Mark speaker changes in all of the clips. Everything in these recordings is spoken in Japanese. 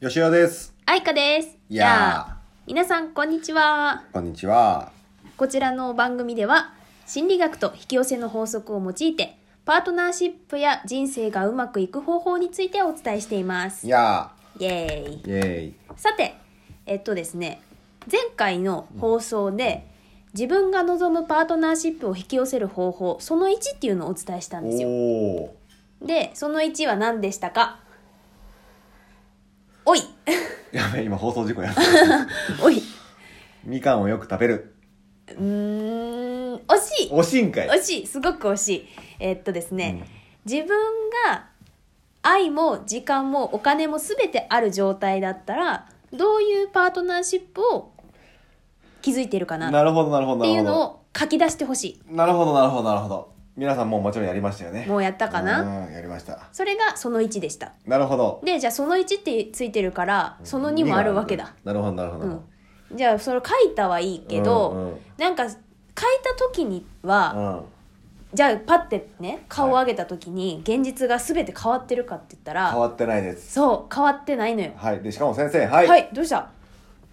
Speaker 1: 吉尾です。
Speaker 2: あいかです。
Speaker 1: いやー
Speaker 2: あ皆さんこんにちは。
Speaker 1: こんにちは。
Speaker 2: こちらの番組では、心理学と引き寄せの法則を用いて、パートナーシップや人生がうまくいく方法についてお伝えしています。
Speaker 1: い
Speaker 2: イ
Speaker 1: や
Speaker 2: エーイ。
Speaker 1: ー、イェイ。
Speaker 2: さて、えっとですね、前回の放送で、自分が望むパートナーシップを引き寄せる方法、その1っていうのをお伝えしたんですよ。
Speaker 1: おー。
Speaker 2: で、その1は何でしたかおい
Speaker 1: やべえ、今放送事故やった。
Speaker 2: おい
Speaker 1: みかんをよく食べる。
Speaker 2: うーん、惜しい
Speaker 1: おしんかい。
Speaker 2: 惜しいすごく惜しいえーっとですね、自分が愛も時間もお金も全てある状態だったらどういうパートナーシップを築いているかなっ
Speaker 1: なるほど、なるほど、
Speaker 2: てい
Speaker 1: な
Speaker 2: う
Speaker 1: るほ
Speaker 2: の
Speaker 1: ど。
Speaker 2: を書き出してほし
Speaker 1: なるほど、なるほど、なるほど。皆さんもうもちろんやりましたよね。
Speaker 2: いもうやったかな
Speaker 1: うん、やりました。
Speaker 2: それがその1でした
Speaker 1: なるほど。
Speaker 2: でじゃあその1ってついてるからその2もあるわけだ。
Speaker 1: なるほど、なるほど。
Speaker 2: うんじゃあそれ書いたはいいけど、
Speaker 1: うんうん
Speaker 2: なんか書いた時には、
Speaker 1: うん。
Speaker 2: じゃあパッてね顔を上げた時に現実が全て変わってるかって言ったら、
Speaker 1: 変わってないです。
Speaker 2: そう変わってないのよ
Speaker 1: はい。で、しかも先生、
Speaker 2: はい、
Speaker 1: はい。
Speaker 2: どうした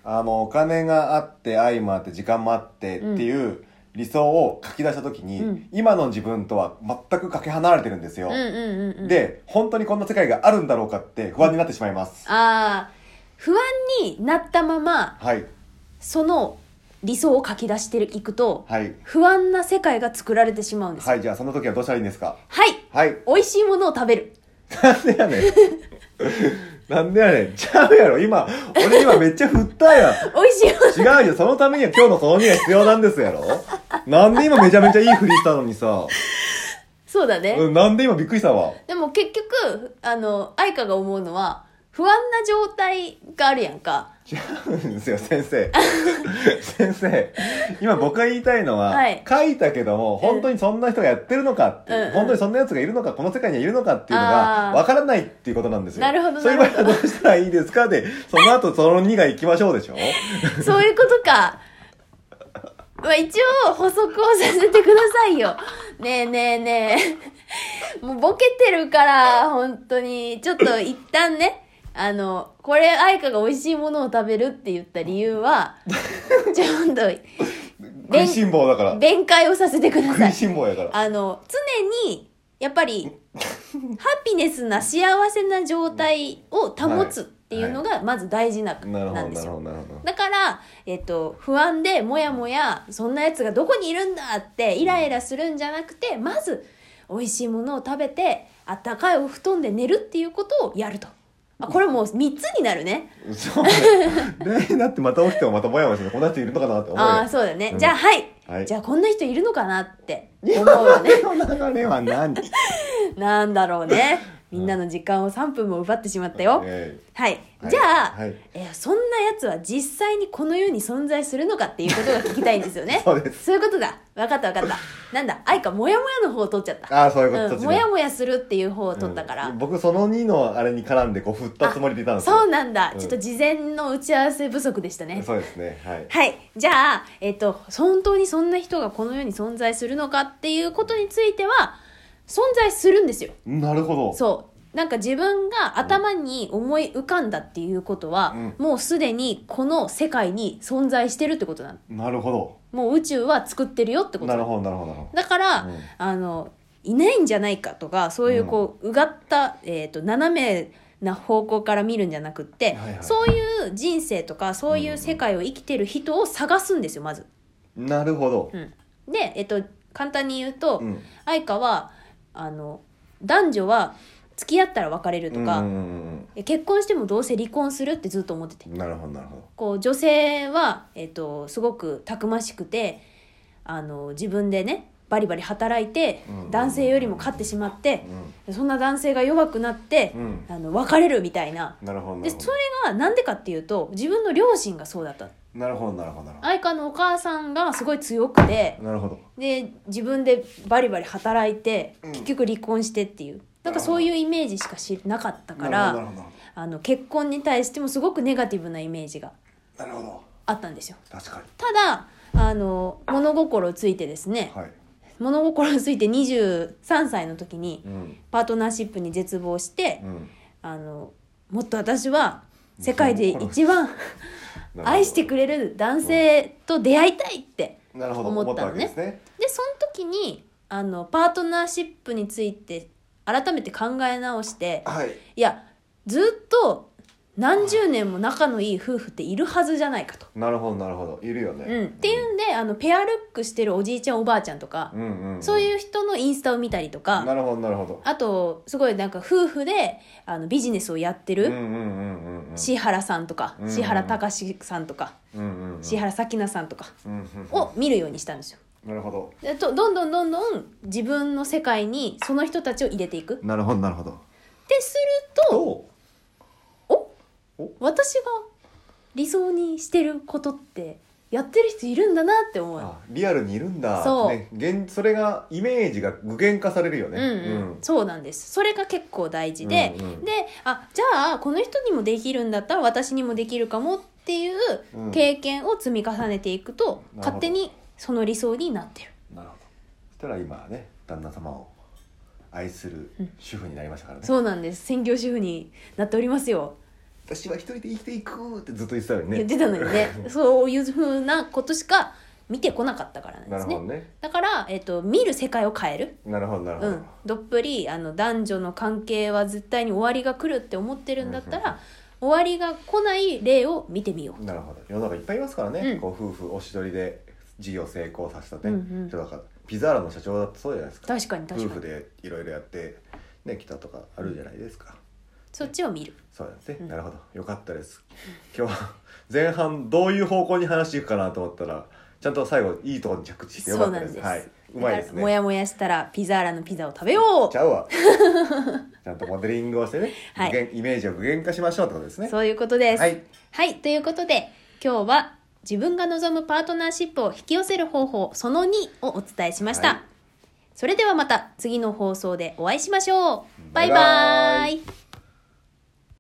Speaker 1: あの、お金があって、愛もあって、時間もあってっていう理想を書き出したときに、
Speaker 2: うん
Speaker 1: 今の自分とは全くかけ離れてるんですよ。
Speaker 2: うんうんうんうん
Speaker 1: で、本当にこんな世界があるんだろうかって不安になってしまいます。
Speaker 2: ああ不安になったまま
Speaker 1: はい。
Speaker 2: その理想を書き出していくと、
Speaker 1: はい。
Speaker 2: 不安な世界が作られてしまうんですよ
Speaker 1: はい、じゃあその時はどうしたらいいんですか
Speaker 2: はい、
Speaker 1: はい。
Speaker 2: 美味しいものを食べる
Speaker 1: なんでやねん。なんで やねん。ちゃうやろ。今、俺今めっちゃ振ったやん。
Speaker 2: 美味しいもの
Speaker 1: 違うよ。そのためには今日のその2が必要なんですやろ。なんで今めちゃめちゃいい振りしたのにさ。
Speaker 2: そうだね、
Speaker 1: うん、なんで今びっくりしたわ。
Speaker 2: でも結局あの愛花が思うのは不安な状態があるやんか
Speaker 1: 違うん ですよ、先生。先生、今僕が言いたいのは、
Speaker 2: はい
Speaker 1: 書いたけども、本当にそんな人がやってるのかって、
Speaker 2: うんうん
Speaker 1: 本当にそんな奴がいるのか、この世界にはいるのかっていうのが、
Speaker 2: あー
Speaker 1: わからないっていうことなんですよ。
Speaker 2: なるほど
Speaker 1: そういう場合はどうしたらいいですかで、その後その2が行きましょうでしょ
Speaker 2: そういうことか。まあ、一応補足をさせてくださいよ。ねえねえねえ。もうボケてるから、本当に。ちょっと一旦ね、あの、これ、愛花が美味しいものを食べるって言った理由は、ちょっと、
Speaker 1: 食いしん坊だから。
Speaker 2: 弁解をさせてくだ
Speaker 1: 食
Speaker 2: さ
Speaker 1: い
Speaker 2: い。
Speaker 1: しん坊やから。
Speaker 2: あの、常に、やっぱり、ハピネスな幸せな状態を保つっていうのが、まず大事な、
Speaker 1: なるほ
Speaker 2: な
Speaker 1: ど、
Speaker 2: んで
Speaker 1: な
Speaker 2: す
Speaker 1: る
Speaker 2: よ
Speaker 1: ほ。ど、なるほど。
Speaker 2: だから、えっと、不安でもやもやそんなやつがどこにいるんだってイライラするんじゃなくてまず美味しいものを食べてあったかいお布団で寝るっていうことをやるとあこれもう3つになるね
Speaker 1: そう ね。でだってまた起きてもまたぼやぼやする。こんな人いるのかなって思うよ。
Speaker 2: ああそうだね、
Speaker 1: うん
Speaker 2: じゃあはい、
Speaker 1: はい
Speaker 2: じゃあこんな人いるのかなって思う
Speaker 1: 今
Speaker 2: よ
Speaker 1: ま
Speaker 2: ね
Speaker 1: での流れは何
Speaker 2: なんだろうねみんなの時間を3分も奪ってしまったよ、
Speaker 1: え
Speaker 2: はい
Speaker 1: はい
Speaker 2: じゃあ、
Speaker 1: はい
Speaker 2: えーそんなやつは実際にこの世に存在するのかっていうことが聞きたいんですよね
Speaker 1: そうです
Speaker 2: いうことだ分かった分かったなんだ愛かモヤモヤの方を取っちゃっ
Speaker 1: え
Speaker 2: た
Speaker 1: ああ、そういうこと、そっち
Speaker 2: うん、
Speaker 1: ね
Speaker 2: モヤモヤするっていう方を取ったから、
Speaker 1: うん僕その2のあれに絡んでこう振ったつもりでいたんですよ
Speaker 2: そうなんだ、
Speaker 1: うん
Speaker 2: ちょっと事前の打ち合わせ不足でしたね
Speaker 1: そうですねはい
Speaker 2: はいじゃあ、えっと本当にそんな人がこの世に存在するのかっていうことについては存在するんですよ
Speaker 1: なるほど
Speaker 2: そうなんか自分が頭に思い浮かんだっていうことは、もうすでにこの世界に存在してるってことなの
Speaker 1: なるほ
Speaker 2: もう宇宙は作ってるよってこ
Speaker 1: ど
Speaker 2: と
Speaker 1: なる
Speaker 2: なの
Speaker 1: ほどなるほどなるほ
Speaker 2: だから、
Speaker 1: うん
Speaker 2: あのいないんじゃないかとかそういうこう、うがった、えー、と斜めな方向から見るんじゃなくって、
Speaker 1: はいはい
Speaker 2: そういう人生とかそういう世界を生きてる人を探すんですよまず。
Speaker 1: どなるほど
Speaker 2: うん、で、えっと簡単に言うと、
Speaker 1: うん
Speaker 2: 愛花はあの男女は付き合ったら別れるとか、
Speaker 1: うんうんうん
Speaker 2: 結婚してもどうせ離婚するってずっと思ってて
Speaker 1: うんなるほどなるほ
Speaker 2: こう女性は、えっとすごくたくましくてあの自分でねバリバリ働いて、
Speaker 1: うん
Speaker 2: 男性よりも勝ってしまって
Speaker 1: ど、う
Speaker 2: そんな男性が弱くなって、
Speaker 1: んうん
Speaker 2: あの別れるみたいな。
Speaker 1: なるほどな
Speaker 2: で
Speaker 1: る
Speaker 2: そ
Speaker 1: ほ
Speaker 2: れ
Speaker 1: ど
Speaker 2: がなんでかっていうと自分の両親がそうだった
Speaker 1: なるほどなるほどなるほ
Speaker 2: 愛花のお母さんがすごい強くて
Speaker 1: どなるほど
Speaker 2: で自分でバリバリ働いて
Speaker 1: うん
Speaker 2: 結局離婚してっていう、なんかそういうイメージしかしなかったか
Speaker 1: なる
Speaker 2: ら
Speaker 1: ほどなるほ
Speaker 2: あの結婚に対してもすごくネガティブなイメージが
Speaker 1: どなるほど
Speaker 2: あったんですよ
Speaker 1: 確か
Speaker 2: ただあの物心ついてですね、
Speaker 1: にはい
Speaker 2: 物心ついて23歳の時に
Speaker 1: うん
Speaker 2: パートナーシップに絶望して、
Speaker 1: うん
Speaker 2: あのもっと私は世界で一番
Speaker 1: なるほど
Speaker 2: 愛してくれる男性と出会いたいって
Speaker 1: なるほど
Speaker 2: 思
Speaker 1: 思
Speaker 2: っ
Speaker 1: ったた
Speaker 2: の
Speaker 1: わけ
Speaker 2: ね
Speaker 1: ですね
Speaker 2: でその時にあのパートナーシップについて改めて考え直して
Speaker 1: はい
Speaker 2: いやずっと何十年も仲のいい夫婦っているはずじゃないかと。
Speaker 1: なるほどなるほどいるよね、
Speaker 2: うん、っていうんであのペアルックしてるおじいちゃんおばあちゃんとか、
Speaker 1: うんうんうん、
Speaker 2: そう
Speaker 1: う
Speaker 2: いう人のインスタを見たりとか
Speaker 1: なるほどなるほど
Speaker 2: あとすごいなんか夫婦であのビジネスをやって
Speaker 1: うんう
Speaker 2: る
Speaker 1: んうんうんうん
Speaker 2: 椎原さんとか
Speaker 1: うん
Speaker 2: 椎原隆さんとか
Speaker 1: うんうんうん
Speaker 2: 椎原咲菜さんとか
Speaker 1: うんうんうん
Speaker 2: を見るようにしたんですよ。
Speaker 1: なるほど
Speaker 2: でとどんどんどんどん自分の世界にその人たちを入れていく。で
Speaker 1: なるほどなるほど
Speaker 2: すると
Speaker 1: ど
Speaker 2: お
Speaker 1: お
Speaker 2: 私が理想にしてることってやってる人いるんだなって思う。
Speaker 1: あリアルにいるんだ
Speaker 2: そう
Speaker 1: ね、現それがイメージが具現化されるよね
Speaker 2: うんうんそうなんですそれが結構大事で、
Speaker 1: うんうん
Speaker 2: であじゃあこの人にもできるんだったら私にもできるかもっていう
Speaker 1: うん
Speaker 2: 経験を積み重ねていくと、
Speaker 1: ど
Speaker 2: 勝手にその理想になってる
Speaker 1: なるほどそしたら今はね旦那様を愛する主婦になりましたからね、
Speaker 2: そうなんです専業主婦になっておりますよ
Speaker 1: 私は一人で生きていくってずっと言ってたよね
Speaker 2: 言ってたの にねそういうふうなことしか見てこなかったからなん
Speaker 1: な
Speaker 2: で
Speaker 1: る
Speaker 2: す
Speaker 1: ほ
Speaker 2: ね
Speaker 1: どね
Speaker 2: だから、えっと見る世界を変える
Speaker 1: なるほどなるほ
Speaker 2: う
Speaker 1: ど、
Speaker 2: ん、どっぷりあの男女の関係は絶対に終わりが来るって思ってるんだった
Speaker 1: うんうん
Speaker 2: ら、終わりが来ない例を見てみよう
Speaker 1: なるほど世の中いっぱいいますからね、
Speaker 2: うん
Speaker 1: ご夫婦おしどりで事業成功させたね、
Speaker 2: うんうん
Speaker 1: 人だからピザーラの社長だってそうじゃないですか
Speaker 2: 確かに確
Speaker 1: 夫
Speaker 2: か
Speaker 1: 婦
Speaker 2: に
Speaker 1: でいろいろやってね来たとかあるじゃないですか、
Speaker 2: そっちを見る
Speaker 1: そうなんですね、
Speaker 2: うん
Speaker 1: なるほどよかったです今日は 前半どういう方向に話していくかなと思ったらちゃんと最後いいところに着地してよ
Speaker 2: そ
Speaker 1: か
Speaker 2: う
Speaker 1: った
Speaker 2: なん
Speaker 1: で
Speaker 2: ですす、
Speaker 1: はい、うまいです
Speaker 2: だからも
Speaker 1: ね
Speaker 2: やもやしたらピザーラのピザを食べよ
Speaker 1: ちゃうわ ちゃんとモデリングをしてね、
Speaker 2: はい
Speaker 1: 具現イメージを具現化しましょうってことです
Speaker 2: う
Speaker 1: ね
Speaker 2: そういうことです
Speaker 1: はい、
Speaker 2: はい、ということで今日は自分が望むパートナーシップを引き寄せる方法その2をお伝えしました、
Speaker 1: はい
Speaker 2: それではまた次の放送でお会いしましょうバイバ
Speaker 1: バイバ
Speaker 2: イ
Speaker 1: イ